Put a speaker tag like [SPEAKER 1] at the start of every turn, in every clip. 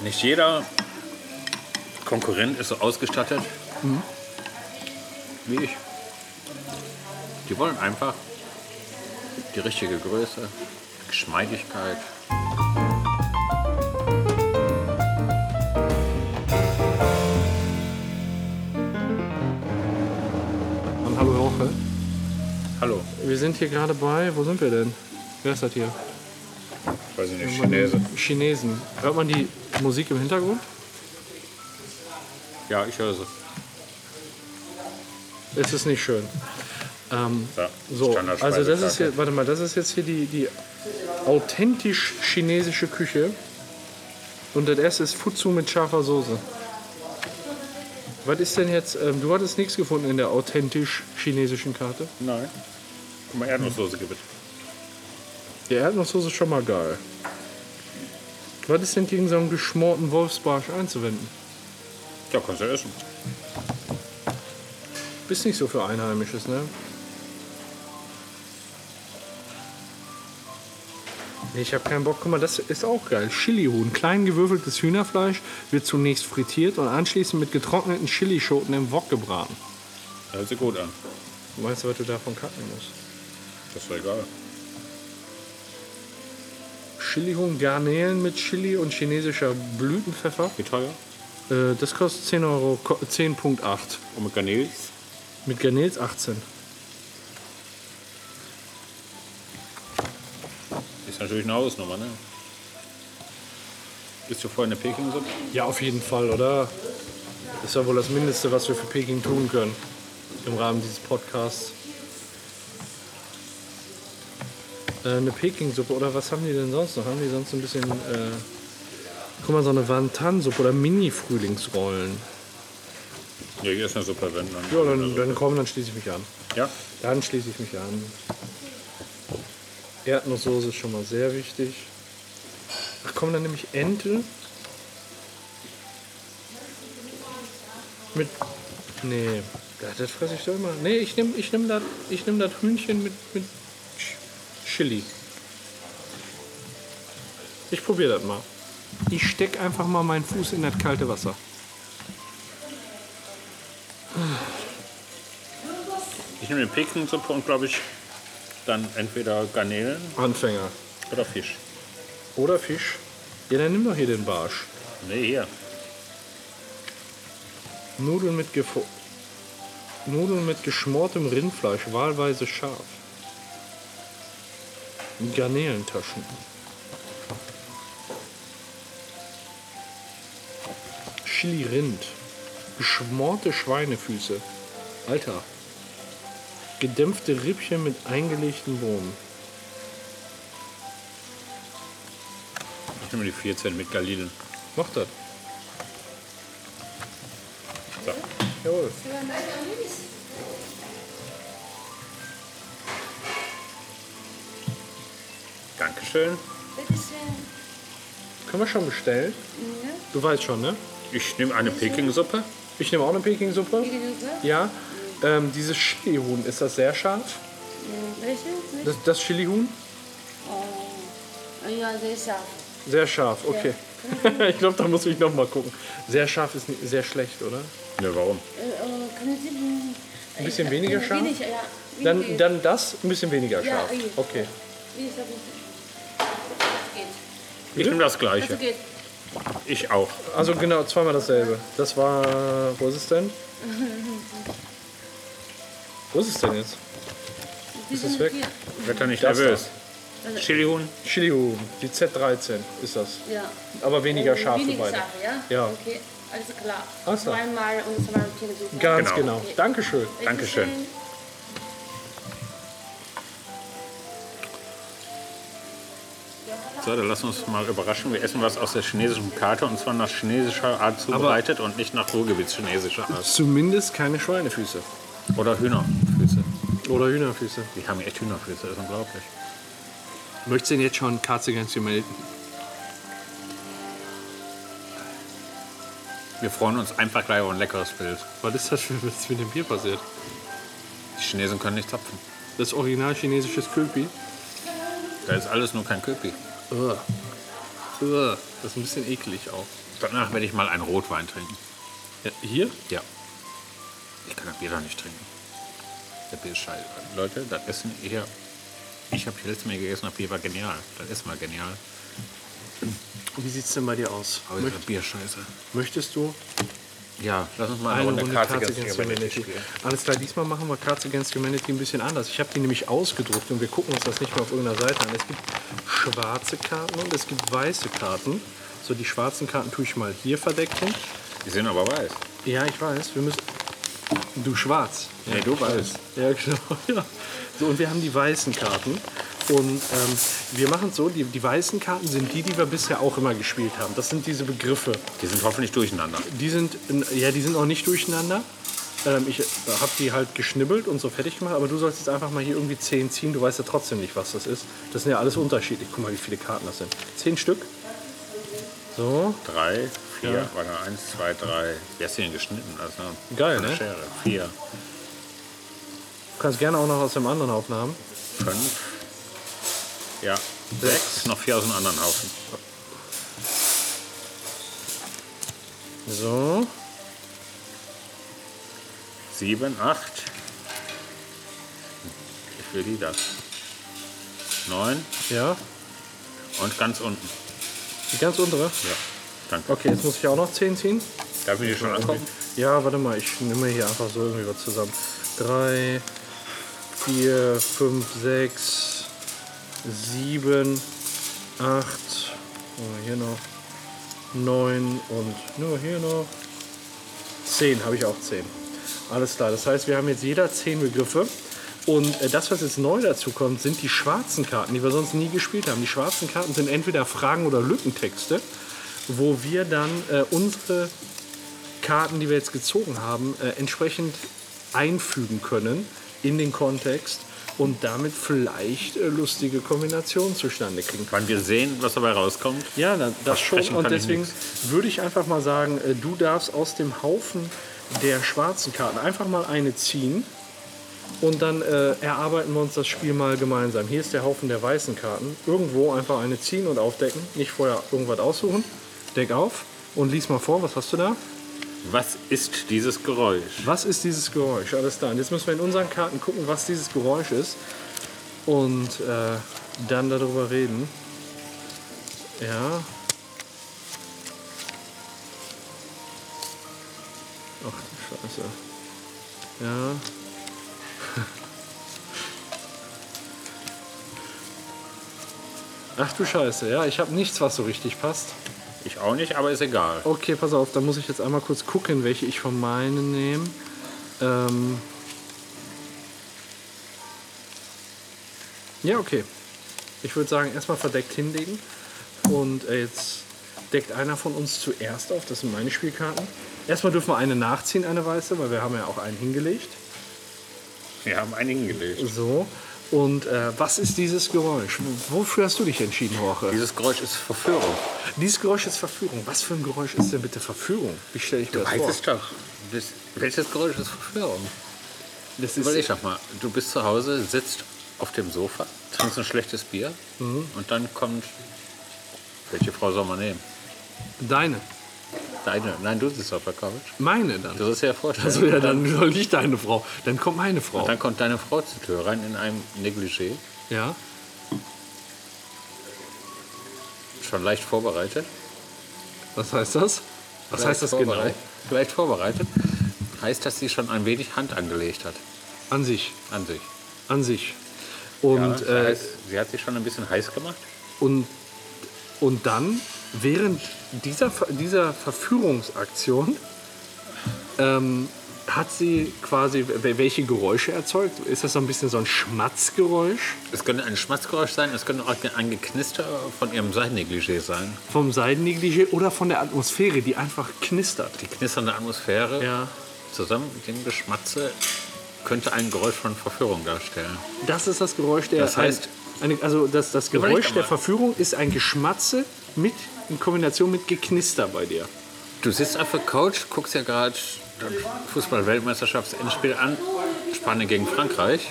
[SPEAKER 1] Nicht jeder Konkurrent ist so ausgestattet
[SPEAKER 2] Mhm.
[SPEAKER 1] wie ich. Die wollen einfach die richtige Größe, Geschmeidigkeit.
[SPEAKER 2] Und hallo Roche.
[SPEAKER 1] Hallo,
[SPEAKER 2] Wir sind hier gerade bei, wo sind wir denn? Wer ist das hier?
[SPEAKER 1] ich weiß nicht, Chinese.
[SPEAKER 2] Chinesen. Hört man die Musik im Hintergrund?
[SPEAKER 1] Ja, ich höre sie.
[SPEAKER 2] Es ist nicht schön. Ähm,
[SPEAKER 1] Ja,
[SPEAKER 2] so, also das ist
[SPEAKER 1] Standardspeise-
[SPEAKER 2] jetzt, warte mal, das ist jetzt hier die, die authentisch chinesische Küche. Und das erste ist Futsu mit scharfer Soße. Was ist denn jetzt, ähm, du hattest nichts gefunden in der authentisch chinesischen Karte?
[SPEAKER 1] Nein. Guck mal, Erdnusssoße gibt es.
[SPEAKER 2] Die Erdnusssoße ist schon mal geil. Was ist denn gegen so einen geschmorten Wolfsbarsch einzuwenden?
[SPEAKER 1] Ja, kannst du essen.
[SPEAKER 2] Bist nicht so für Einheimisches, ne? Nee, Ich habe keinen Bock. Guck mal, das ist auch geil. Chilihuhn. Klein gewürfeltes Hühnerfleisch wird zunächst frittiert und anschließend mit getrockneten Chilischoten im Wok gebraten.
[SPEAKER 1] Hört sich gut an.
[SPEAKER 2] Weißt du, was du davon kacken musst?
[SPEAKER 1] Das ist doch egal.
[SPEAKER 2] Chilihuhn, Garnelen mit Chili und chinesischer Blütenpfeffer.
[SPEAKER 1] Wie teuer?
[SPEAKER 2] Äh, das kostet 10 Euro, ko- 10.8.
[SPEAKER 1] Und mit Garnels?
[SPEAKER 2] Mit Garnels 18.
[SPEAKER 1] Ist natürlich eine Hausnummer, ne? Bist du vorhin in der Peking-Suppe?
[SPEAKER 2] Ja, auf jeden Fall, oder? Ist ja wohl das Mindeste, was wir für Peking tun können im Rahmen dieses Podcasts. Äh, eine Peking-Suppe oder was haben die denn sonst noch? Haben die sonst ein bisschen, äh, guck mal, so eine Wantan-Suppe oder Mini-Frühlingsrollen?
[SPEAKER 1] Ja, hier ist eine Suppe, wenn dann.
[SPEAKER 2] Ja, dann, dann komm, dann schließe ich mich an.
[SPEAKER 1] Ja?
[SPEAKER 2] Dann schließe ich mich an. Erdnusssoße ist schon mal sehr wichtig. Ach komm, dann nehme ich Ente. Mit. Nee, das, das fresse ich doch immer. Nee, ich nehme ich nehm das ich nehm das Hühnchen mit, mit Ch- Chili. Ich probiere das mal. Ich stecke einfach mal meinen Fuß in das kalte Wasser.
[SPEAKER 1] Ich nehme eine Peking-Suppe und glaube ich dann entweder Garnelen
[SPEAKER 2] Anfänger.
[SPEAKER 1] oder Fisch.
[SPEAKER 2] Oder Fisch. Ja, dann nimm doch hier den Barsch.
[SPEAKER 1] Nee, hier.
[SPEAKER 2] Nudeln mit, gefo Nudeln mit geschmortem Rindfleisch, wahlweise scharf. Garnelentaschen. Chili-Rind. Geschmorte Schweinefüße. Alter. Gedämpfte Rippchen mit eingelegten Bohnen.
[SPEAKER 1] Ich nehme die 14 mit Garnelen.
[SPEAKER 2] Mach das.
[SPEAKER 1] So.
[SPEAKER 2] Jawohl.
[SPEAKER 1] Dankeschön.
[SPEAKER 2] Können wir schon bestellen? Du weißt schon, ne?
[SPEAKER 1] Ich nehme eine Peking-Suppe.
[SPEAKER 2] Ich nehme auch eine Peking-Suppe. Ja. Ähm, dieses Chili-Huhn, ist das sehr scharf? Das, das Chili-Huhn?
[SPEAKER 3] Ja, sehr scharf.
[SPEAKER 2] Sehr scharf, okay. ich glaube, da muss ich noch mal gucken. Sehr scharf ist nicht, sehr schlecht, oder?
[SPEAKER 1] Ja, warum?
[SPEAKER 3] Äh, äh, können Sie
[SPEAKER 2] Ein bisschen weniger scharf?
[SPEAKER 3] Weniger, ja.
[SPEAKER 2] Dann,
[SPEAKER 3] Weniger.
[SPEAKER 2] dann das ein bisschen weniger
[SPEAKER 3] Ja,
[SPEAKER 2] scharf.
[SPEAKER 3] eh.
[SPEAKER 2] Okay.
[SPEAKER 3] Weniger bisschen.
[SPEAKER 1] Ich nehme das
[SPEAKER 3] Das geht. Das
[SPEAKER 1] gleiche.
[SPEAKER 3] Also geht.
[SPEAKER 1] Ich auch.
[SPEAKER 2] Also genau, zweimal dasselbe. Das war. Wo ist es denn? Wo ist es denn jetzt? Ist es weg?
[SPEAKER 3] Hier.
[SPEAKER 1] Werd da nicht
[SPEAKER 2] Das
[SPEAKER 1] nervös. Chilihuhn?
[SPEAKER 2] Chilihuhn, die Z13 ist das.
[SPEAKER 3] Ja. Also
[SPEAKER 2] Aber weniger scharf für
[SPEAKER 3] Oh, Weniger
[SPEAKER 2] beide.
[SPEAKER 3] scharf, ja?
[SPEAKER 2] Ja.
[SPEAKER 3] Okay, alles klar.
[SPEAKER 2] Alles klar.
[SPEAKER 3] Zweimal und zweimal Peking-Suppe.
[SPEAKER 2] Ganz
[SPEAKER 1] Genau.
[SPEAKER 2] genau. Dankeschön.
[SPEAKER 1] Dankeschön. So, dann lass uns mal überraschen. Wir essen was aus der chinesischen Karte und zwar nach chinesischer Art zubereitet und nicht nach Ruhrgebiets-chinesischer Art.
[SPEAKER 2] Zumindest keine Schweinefüße.
[SPEAKER 1] Oder Hühnerfüße.
[SPEAKER 2] Oder Hühnerfüße.
[SPEAKER 1] Die haben echt Hühnerfüße, das ist unglaublich.
[SPEAKER 2] Möchtest du denn jetzt schon Katze ganz melden?
[SPEAKER 1] Wir freuen uns einfach gleich auf ein leckeres Bild.
[SPEAKER 2] Was ist das für was mit dem Bier passiert?
[SPEAKER 1] Die Chinesen können nicht zapfen.
[SPEAKER 2] Das original chinesisches Köpi.
[SPEAKER 1] Da ist alles nur kein Köpi.
[SPEAKER 2] Uah, Das ist ein bisschen eklig auch.
[SPEAKER 1] Danach werde ich mal einen Rotwein trinken.
[SPEAKER 2] Ja, hier?
[SPEAKER 1] Ja. Ich kann das Bier doch nicht trinken. Der Bier ist scheiße. Leute, das Essen eher. Ich habe hier letztes Mal gegessen, das Bier war genial. Das Essen war genial.
[SPEAKER 2] Wie sieht's denn bei dir aus?
[SPEAKER 1] Aber das Bier ist scheiße.
[SPEAKER 2] Möchtest du
[SPEAKER 1] Ja, lass uns mal
[SPEAKER 2] Ah, eine Runde Cards
[SPEAKER 1] Cards
[SPEAKER 2] Against Humanity
[SPEAKER 1] spielen.
[SPEAKER 2] Alles klar, diesmal machen wir Cards Against Humanity ein bisschen anders. Ich habe die nämlich ausgedruckt und wir gucken uns das nicht mehr auf irgendeiner Seite an. Es gibt schwarze Karten und es gibt weiße Karten. So, die schwarzen Karten tue ich mal hier verdeckt hin.
[SPEAKER 1] Die sind aber weiß.
[SPEAKER 2] Ja, ich weiß, wir müssen... Du schwarz.
[SPEAKER 1] Nee, du weißt.
[SPEAKER 2] Ja, genau. Ja. So, und wir haben die weißen Karten. Und ähm, wir machen es so, die, die weißen Karten sind die, die wir bisher auch immer gespielt haben. Das sind diese Begriffe.
[SPEAKER 1] Die sind hoffentlich durcheinander.
[SPEAKER 2] Die sind, in, ja, die sind auch nicht durcheinander. Ähm, ich habe die halt geschnibbelt und so fertig gemacht, aber du sollst jetzt einfach mal hier irgendwie 10 ziehen. Du weißt ja trotzdem nicht, was das ist. Das sind ja alles unterschiedlich. Guck mal, wie viele Karten das sind. 10 Stück. So,
[SPEAKER 1] Drei, vier, warte, eins, zwei, drei. Wer ist denn geschnitten? Also,
[SPEAKER 2] geil,
[SPEAKER 1] eine
[SPEAKER 2] ne?
[SPEAKER 1] Schere. Vier,
[SPEAKER 2] Du kannst gerne auch noch aus dem anderen aufnahmen.
[SPEAKER 1] fünf, ja, sechs, noch vier aus dem anderen Haufen.
[SPEAKER 2] So,
[SPEAKER 1] Sieben, acht. Ich will die das. Neun
[SPEAKER 2] ja.
[SPEAKER 1] und ganz unten.
[SPEAKER 2] Die ganz untere.
[SPEAKER 1] Ja, danke.
[SPEAKER 2] Okay, jetzt muss ich auch noch 10 ziehen.
[SPEAKER 1] Darf ich die schon angucken?
[SPEAKER 2] Ja, warte mal, ich nehme hier einfach so irgendwie was zusammen. 3, 4, 5, 6, 7, 8, Oh, hier noch 9 und nur hier noch 10, habe ich auch 10. Alles klar, das heißt, wir haben jetzt jeder 10 Begriffe. Und äh, das, was jetzt neu dazu kommt, sind die schwarzen Karten, die wir sonst nie gespielt haben. Die schwarzen Karten sind entweder Fragen oder Lückentexte, wo wir dann äh, unsere Karten, die wir jetzt gezogen haben, äh, entsprechend einfügen können in den Kontext und damit vielleicht äh, lustige Kombinationen zustande kriegen.
[SPEAKER 1] Wann wir sehen, was dabei rauskommt.
[SPEAKER 2] Ja, na, das schon.
[SPEAKER 1] Versprechen
[SPEAKER 2] Und
[SPEAKER 1] kann ich
[SPEAKER 2] deswegen würde ich einfach mal sagen, äh, du darfst aus dem Haufen der schwarzen Karten einfach mal eine ziehen. Und dann äh, erarbeiten wir uns das Spiel mal gemeinsam. Hier ist der Haufen der weißen Karten. Irgendwo einfach eine ziehen und aufdecken. Nicht vorher irgendwas aussuchen. Deck auf und lies mal vor. Was hast du da?
[SPEAKER 1] Was ist dieses Geräusch?
[SPEAKER 2] Was ist dieses Geräusch? Alles da. Und jetzt müssen wir in unseren Karten gucken, was dieses Geräusch ist. Und äh, dann darüber reden. Ja. Ach du Scheiße. Ja. Ach du Scheiße, ja, ich habe nichts, was so richtig passt.
[SPEAKER 1] Ich auch nicht, aber ist egal.
[SPEAKER 2] Okay, pass auf, da muss ich jetzt einmal kurz gucken, welche ich von meinen nehme. Ähm ja, okay. Ich würde sagen, erstmal verdeckt hinlegen. Und äh, jetzt deckt einer von uns zuerst auf, das sind meine Spielkarten. Erstmal dürfen wir eine nachziehen, eine weiße, weil wir haben ja auch einen hingelegt.
[SPEAKER 1] Wir haben einen hingelegt.
[SPEAKER 2] So. Und äh, was ist dieses Geräusch? Wofür hast du dich entschieden, Jorge?
[SPEAKER 1] Dieses Geräusch ist Verführung.
[SPEAKER 2] Dieses Geräusch ist Verführung. Was für ein Geräusch ist denn bitte Verführung? Wie stelle ich mir das vor?
[SPEAKER 1] doch. Das- Welches Geräusch ist Verführung?
[SPEAKER 2] Das
[SPEAKER 1] Überleg doch mal, du bist zu Hause, sitzt auf dem Sofa, trinkst ein schlechtes Bier und dann kommt. Welche Frau soll man nehmen?
[SPEAKER 2] Deine.
[SPEAKER 1] Deine. Nein, du sitzt auf der Couch.
[SPEAKER 2] Meine dann.
[SPEAKER 1] Das ist ja vorstellen.
[SPEAKER 2] Also ja, dann soll nicht deine Frau. Dann kommt meine Frau.
[SPEAKER 1] Dann kommt deine Frau zur Tür rein in einem Negligé,
[SPEAKER 2] ja.
[SPEAKER 1] schon leicht vorbereitet.
[SPEAKER 2] Was heißt das? Was heißt das genau?
[SPEAKER 1] Leicht vorbereitet heißt, dass sie schon ein wenig Hand angelegt hat
[SPEAKER 2] An sich.
[SPEAKER 1] an sich.
[SPEAKER 2] An sich.
[SPEAKER 1] Ja,
[SPEAKER 2] Und,
[SPEAKER 1] das
[SPEAKER 2] äh,
[SPEAKER 1] heißt, sie hat sich schon ein bisschen heiß gemacht.
[SPEAKER 2] und, und dann, während dieser, Ver- dieser Verführungsaktion, ähm, hat sie quasi wel- welche Geräusche erzeugt? Ist das so ein bisschen so ein Schmatzgeräusch
[SPEAKER 1] Es könnte ein Schmatzgeräusch sein, es könnte auch ein Geknister von ihrem Seidennegligé sein.
[SPEAKER 2] vom Seidennegligé oder von der Atmosphäre, die einfach knistert?
[SPEAKER 1] Die knisternde Atmosphäre
[SPEAKER 2] Ja.
[SPEAKER 1] zusammen mit dem Geschmatze könnte ein Geräusch von Verführung darstellen.
[SPEAKER 2] Das ist das Geräusch der.
[SPEAKER 1] Das heißt-
[SPEAKER 2] ein, eine, also das, das
[SPEAKER 1] Überleg
[SPEAKER 2] Geräusch
[SPEAKER 1] doch
[SPEAKER 2] der
[SPEAKER 1] mal.
[SPEAKER 2] Verführung ist ein Geschmatze mit in Kombination mit Geknister bei dir.
[SPEAKER 1] Du sitzt auf der Couch, guckst ja gerade das Fußball-Weltmeisterschaftsendspiel an, Spanien gegen Frankreich,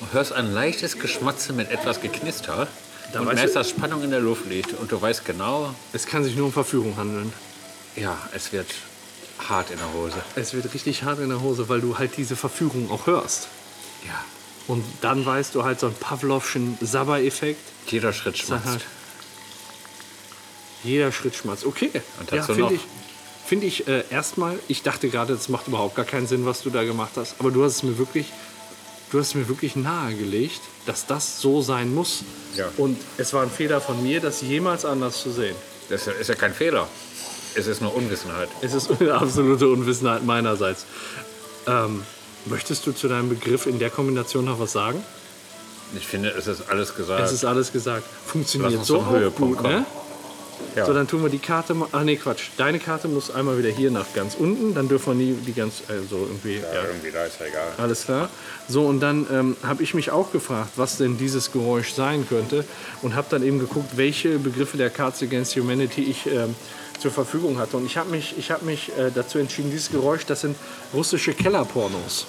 [SPEAKER 1] und hörst ein leichtes Geschmatze mit etwas Geknister
[SPEAKER 2] Da
[SPEAKER 1] und
[SPEAKER 2] weißt
[SPEAKER 1] merkst,
[SPEAKER 2] du-
[SPEAKER 1] dass Spannung in der Luft liegt und du weißt genau,
[SPEAKER 2] Es kann sich nur um Verführung handeln.
[SPEAKER 1] ja, es wird hart in der Hose.
[SPEAKER 2] Es wird richtig hart in der Hose, weil du halt diese Verführung auch hörst.
[SPEAKER 1] Ja,
[SPEAKER 2] Und dann weißt du halt so einen Pavlovschen Sabber-Effekt.
[SPEAKER 1] jeder Schritt
[SPEAKER 2] Sag
[SPEAKER 1] schmerzt.
[SPEAKER 2] halt, jeder Schritt schmerzt. Okay.
[SPEAKER 1] Und
[SPEAKER 2] ja,
[SPEAKER 1] dazu noch-
[SPEAKER 2] finde ich, find ich äh, erstmal, ich dachte gerade, das macht überhaupt gar keinen Sinn, was du da gemacht hast. Aber du hast es mir wirklich, du hast mir wirklich nahegelegt, dass das so sein muss.
[SPEAKER 1] Ja.
[SPEAKER 2] Und es war ein Fehler von mir, das jemals anders zu sehen.
[SPEAKER 1] Das ist ja kein Fehler. Es ist nur Unwissenheit.
[SPEAKER 2] Es ist eine absolute Unwissenheit meinerseits. Ähm, möchtest du zu deinem Begriff in der Kombination noch was sagen?
[SPEAKER 1] Ich finde, es ist alles gesagt.
[SPEAKER 2] Es ist alles
[SPEAKER 1] Äh,
[SPEAKER 2] gesagt.
[SPEAKER 1] Lass
[SPEAKER 2] Funktioniert
[SPEAKER 1] uns
[SPEAKER 2] so
[SPEAKER 1] zum
[SPEAKER 2] auch
[SPEAKER 1] Höhepunkt
[SPEAKER 2] gut, ne?
[SPEAKER 1] ja.
[SPEAKER 2] So, dann tun wir die Karte mal. Ah, nee, Quatsch. Deine Karte muss einmal wieder hier nach ganz unten. Dann dürfen wir nie die ganz. Also irgendwie.
[SPEAKER 1] ja, irgendwie da ist ja egal.
[SPEAKER 2] Alles klar. So, und dann ähm, habe ich mich auch gefragt, was denn dieses Geräusch sein könnte. Und habe dann eben geguckt, welche Begriffe der Cards Against Humanity ich ähm, zur Verfügung hatte. Und ich habe mich, ich hab mich äh, dazu entschieden, dieses Geräusch, das sind russische Kellerpornos.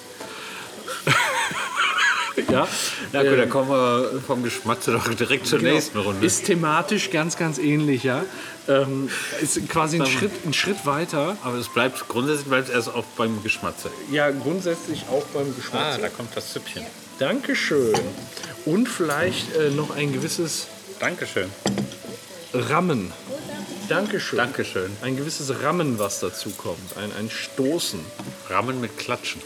[SPEAKER 2] ja,
[SPEAKER 1] Na gut, dann kommen wir vom Geschmatze doch direkt zur nächsten Runde.
[SPEAKER 2] Genau. ist thematisch ganz, ganz ähnlich, ja. Ähm, ist quasi ein Schritt, ein Schritt weiter.
[SPEAKER 1] aber es bleibt grundsätzlich bleibt es erst auch beim Geschmatze.
[SPEAKER 2] Ja, grundsätzlich auch beim Geschmack.
[SPEAKER 1] Ah, da kommt das Züppchen.
[SPEAKER 2] Ah. Dankeschön. Und vielleicht äh, noch ein gewisses
[SPEAKER 1] Dankeschön.
[SPEAKER 2] Rammen. Dankeschön.
[SPEAKER 1] Dankeschön.
[SPEAKER 2] Ein gewisses Rammen, was dazu kommt. Ein, ein Stoßen. Äh,
[SPEAKER 1] Rahmen mit Klatschen.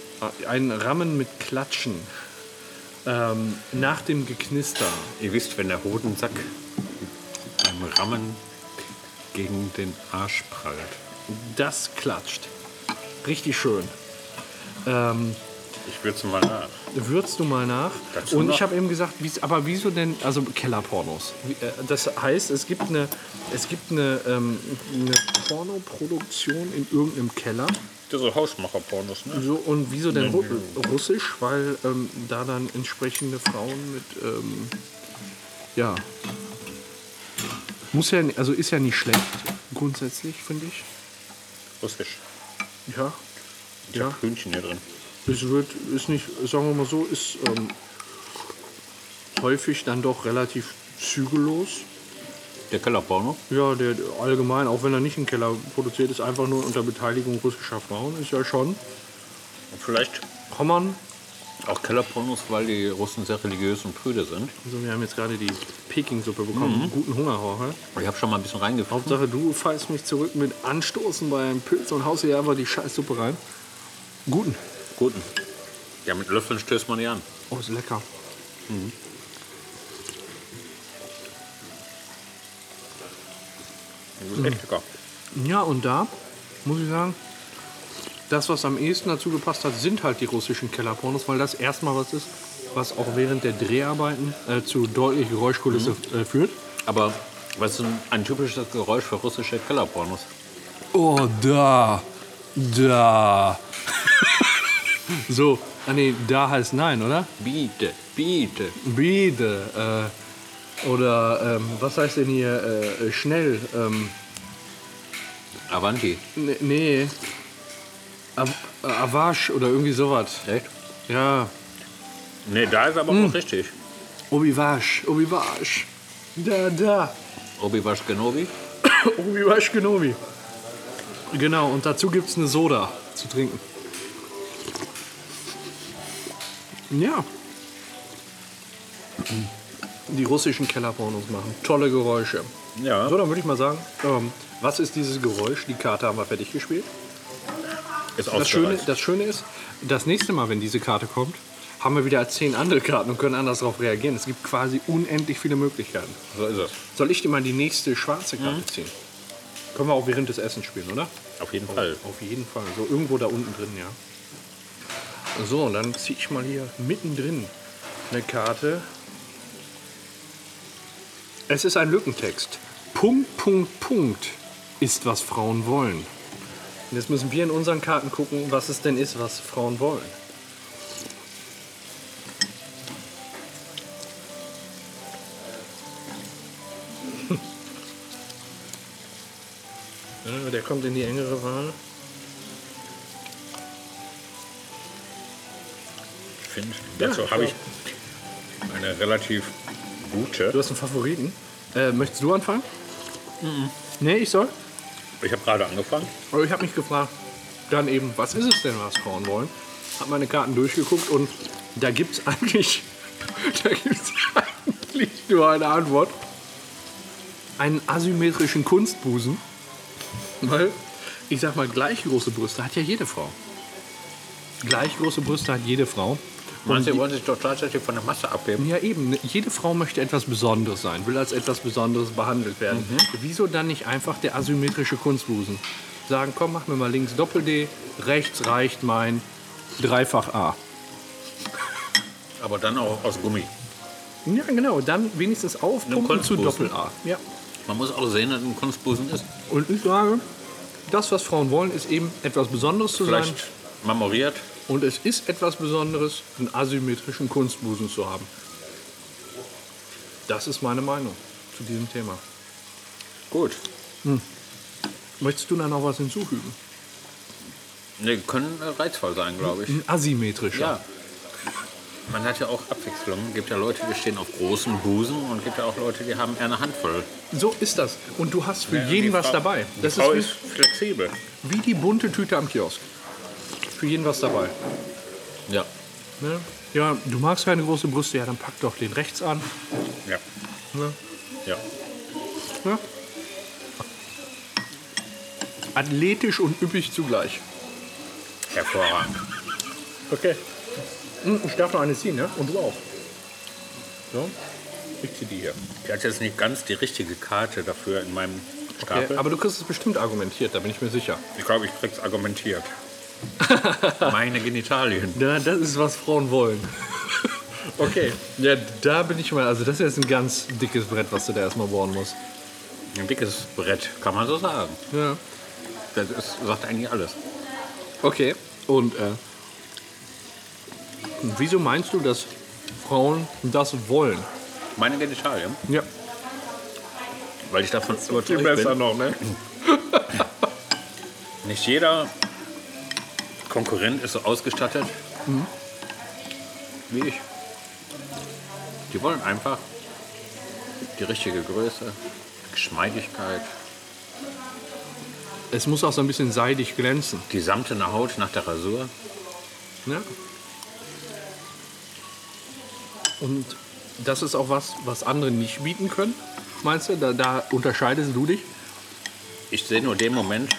[SPEAKER 2] Ein Rammen mit Klatschen. Ähm, nach dem Geknister.
[SPEAKER 1] Ihr wisst, wenn der Hodensack beim Rammen gegen den Arsch prallt.
[SPEAKER 2] Das klatscht. Richtig schön. Ähm,
[SPEAKER 1] Ich würze mal nach.
[SPEAKER 2] würzt du mal nach.
[SPEAKER 1] Dazu
[SPEAKER 2] Und
[SPEAKER 1] noch-
[SPEAKER 2] ich habe eben gesagt, wie's, aber wieso denn, also Kellerpornos. Wie, äh, Das heißt, es gibt eine, es gibt eine, ähm, eine Pornoproduktion in irgendeinem Keller.
[SPEAKER 1] Diese Hausmacher-Pornos, ne?
[SPEAKER 2] So, und wieso denn Ru russisch? Weil ähm, da dann entsprechende Frauen mit, ähm, ja, muss ja, also ist ja nicht schlecht grundsätzlich, finde ich.
[SPEAKER 1] Russisch.
[SPEAKER 2] Ja,
[SPEAKER 1] Ich
[SPEAKER 2] Ja.
[SPEAKER 1] hab Hühnchen hier drin.
[SPEAKER 2] es wird, ist nicht, sagen wir mal so, ist ähm, häufig dann doch relativ zügellos.
[SPEAKER 1] Der Kellerporno?
[SPEAKER 2] Ja, der der allgemein, auch wenn er nicht im Keller produziert ist, einfach nur unter Beteiligung russischer Frauen, ist ja schon.
[SPEAKER 1] Und vielleicht
[SPEAKER 2] Kann man.
[SPEAKER 1] auch Kellerpornos, weil die Russen sehr religiös und prüde sind.
[SPEAKER 2] Also wir haben jetzt gerade die Peking-Suppe bekommen, guten Hunger, Jorge.
[SPEAKER 1] Ich habe schon mal ein bisschen reingefunden.
[SPEAKER 2] Hauptsache, du fallst mich zurück mit Anstoßen bei einem Pilz und haust hier einfach die Scheißsuppe rein. Guten.
[SPEAKER 1] Guten. Ja, mit Löffeln stößt man die an.
[SPEAKER 2] Oh, ist lecker.
[SPEAKER 1] Das ist echt lecker.
[SPEAKER 2] Ja, und da muss ich sagen, das, was am ehesten dazu gepasst hat, sind halt die russischen Kellerpornos, weil das erstmal was ist, was auch während der Dreharbeiten äh, zu deutlich Geräuschkulisse äh, führt.
[SPEAKER 1] Aber was ist denn ein typisches Geräusch für russische Kellerpornos?
[SPEAKER 2] Oh, da. Da. so, ah nee, da heißt nein, oder?
[SPEAKER 1] Biete, biete.
[SPEAKER 2] Biede. Äh, oder ähm, was heißt denn hier äh, äh, schnell? Ähm,
[SPEAKER 1] Avanti.
[SPEAKER 2] nee, nee. Av äh, Avash oder irgendwie sowas.
[SPEAKER 1] Echt?
[SPEAKER 2] Ja.
[SPEAKER 1] Nee, da ist aber auch richtig.
[SPEAKER 2] Obivash, Obivash. Da, da.
[SPEAKER 1] Obi-Wasch Genobi?
[SPEAKER 2] Obivash Genobi. Genau, und dazu gibt es eine Soda zu trinken. Ja. Die russischen Kellerpornos machen tolle Geräusche.
[SPEAKER 1] Ja.
[SPEAKER 2] So, dann würde ich mal sagen, ähm, was ist dieses Geräusch? Die Karte haben wir fertig gespielt.
[SPEAKER 1] Ist
[SPEAKER 2] Das Schöne, das Schöne ist, das nächste Mal, wenn diese Karte kommt, haben wir wieder zehn andere Karten und können anders darauf reagieren. Es gibt quasi unendlich viele Möglichkeiten.
[SPEAKER 1] So ist es.
[SPEAKER 2] Soll ich dir mal die nächste schwarze Karte ziehen? Können wir auch während des Essens spielen, oder?
[SPEAKER 1] Mhm. Auf jeden Fall.
[SPEAKER 2] Auf jeden Fall. So irgendwo da unten drin, ja. So, und dann ziehe ich mal hier mittendrin eine Karte. Es ist ein Lückentext. Punkt, Punkt, Punkt ist, was Frauen wollen. Und jetzt müssen wir in unseren Karten gucken, was es denn ist, was Frauen wollen. Ja, der kommt in die engere Wahl.
[SPEAKER 1] Ich finde, dazu habe ich eine relativ gute.
[SPEAKER 2] Du hast einen Favoriten. Äh, möchtest du anfangen?
[SPEAKER 1] Mhm.
[SPEAKER 2] Nee, ich soll?
[SPEAKER 1] Ich habe gerade angefangen.
[SPEAKER 2] Aber ich habe mich gefragt, dann eben, was ist es denn, was Frauen wollen? Hab meine Karten durchgeguckt und da gibt's eigentlich, da gibt's eigentlich nur eine Antwort. Einen asymmetrischen Kunstbusen. Weil, ich sag mal, gleich große Brüste hat ja jede Frau. Gleich große Brüste hat jede Frau.
[SPEAKER 1] Manche wollen sich doch tatsächlich von der Masse abheben.
[SPEAKER 2] Ja, eben. Jede Frau möchte etwas Besonderes sein, will als etwas Besonderes behandelt werden. Wieso dann nicht einfach der asymmetrische Kunstbusen? Sagen, komm, mach mir mal links Doppel-D, rechts reicht mein Dreifach-A.
[SPEAKER 1] Aber dann auch aus Gummi.
[SPEAKER 2] Ja, genau. Dann wenigstens aufpumpen zu
[SPEAKER 1] Kunstbusen.
[SPEAKER 2] Doppel-A. Ja.
[SPEAKER 1] Man muss auch sehen, dass ein Kunstbusen ist.
[SPEAKER 2] Und ich sage, das, was Frauen wollen, ist eben etwas Besonderes zu sein.
[SPEAKER 1] Vielleicht marmoriert.
[SPEAKER 2] Und es ist etwas Besonderes, einen asymmetrischen Kunstbusen zu haben. Das ist meine Meinung zu diesem Thema.
[SPEAKER 1] Gut.
[SPEAKER 2] Möchtest du da noch was hinzufügen?
[SPEAKER 1] Nee, können äh, reizvoll sein, glaube ich.
[SPEAKER 2] Ein asymmetrischer.
[SPEAKER 1] Ja. Man hat ja auch Abwechslung. Gibt ja Leute, die stehen auf großen Busen und gibt ja auch Leute, die haben eher eine Handvoll.
[SPEAKER 2] So ist das. Und du hast für jeden
[SPEAKER 1] Die
[SPEAKER 2] was
[SPEAKER 1] Frau-
[SPEAKER 2] dabei.
[SPEAKER 1] die
[SPEAKER 2] Das
[SPEAKER 1] Frau
[SPEAKER 2] ist
[SPEAKER 1] ist flexibel.
[SPEAKER 2] wie, wie die bunte Tüte am Kiosk. Für jeden was dabei.
[SPEAKER 1] Ja.
[SPEAKER 2] Ne? Ja, du magst keine große Brüste, ja, dann pack doch den rechts an.
[SPEAKER 1] Ja.
[SPEAKER 2] Ne?
[SPEAKER 1] Ja.
[SPEAKER 2] Ne? Athletisch und üppig zugleich.
[SPEAKER 1] Hervorragend.
[SPEAKER 2] Okay. Hm, Ich darf noch eine ziehen, ne? Und du auch. So. Ich zieh die hier.
[SPEAKER 1] Ich hatte jetzt nicht ganz die richtige Karte dafür in meinem Stapel.
[SPEAKER 2] Okay, aber du kriegst es bestimmt argumentiert, da bin ich mir sicher.
[SPEAKER 1] ich glaube, ich krieg's argumentiert. Meine Genitalien.
[SPEAKER 2] Na, das ist, was Frauen wollen. okay. Ja, da bin ich mal. Also, das ist jetzt ein ganz dickes Brett, was du da erstmal bohren musst.
[SPEAKER 1] Ein dickes Brett, kann man so sagen.
[SPEAKER 2] Ja.
[SPEAKER 1] Das ist, sagt eigentlich alles.
[SPEAKER 2] Okay. Und äh, wieso meinst du, dass Frauen das wollen?
[SPEAKER 1] Meine Genitalien,
[SPEAKER 2] Ja.
[SPEAKER 1] weil ich davon überzeugt bin.
[SPEAKER 2] noch, ne?
[SPEAKER 1] Nicht jeder Konkurrent ist so ausgestattet
[SPEAKER 2] Mhm.
[SPEAKER 1] wie ich. Die wollen einfach die richtige Größe, Geschmeidigkeit,
[SPEAKER 2] Es muss auch so ein bisschen seidig glänzen.
[SPEAKER 1] die samtene Haut nach der Rasur.
[SPEAKER 2] Ne? Und das ist auch was, was andere nicht bieten können. Meinst du, da, da unterscheidest du dich?
[SPEAKER 1] Ich sehe nur den Moment,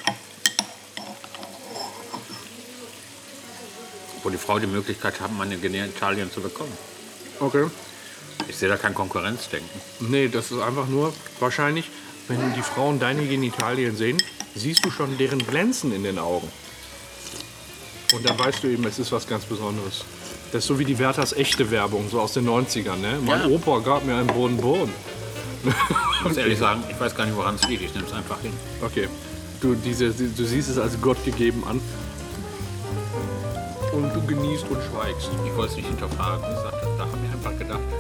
[SPEAKER 1] wo die Frau die Möglichkeit hat, meine Genitalien zu bekommen.
[SPEAKER 2] Okay.
[SPEAKER 1] Ich sehe da kein Konkurrenzdenken.
[SPEAKER 2] Nee, das ist einfach nur wahrscheinlich, wenn die Frauen deine Genitalien sehen, siehst du schon deren Glänzen in den Augen. Und dann weißt du eben, es ist was ganz Besonderes. Das ist so wie die Werthers echte Werbung, so aus den 90ern, ne? Mein
[SPEAKER 1] Ja.
[SPEAKER 2] Opa gab mir einen Boden Boden.
[SPEAKER 1] Ich muss ehrlich sagen, ich weiß gar nicht, woran es liegt. Ich nehme es einfach hin.
[SPEAKER 2] Okay. Du, diese, du siehst es als Gott gegeben an. Und du genießt und schweigst.
[SPEAKER 1] Ich wollte es nicht hinterfragen. Ich sagte, da habe ich einfach gedacht, halt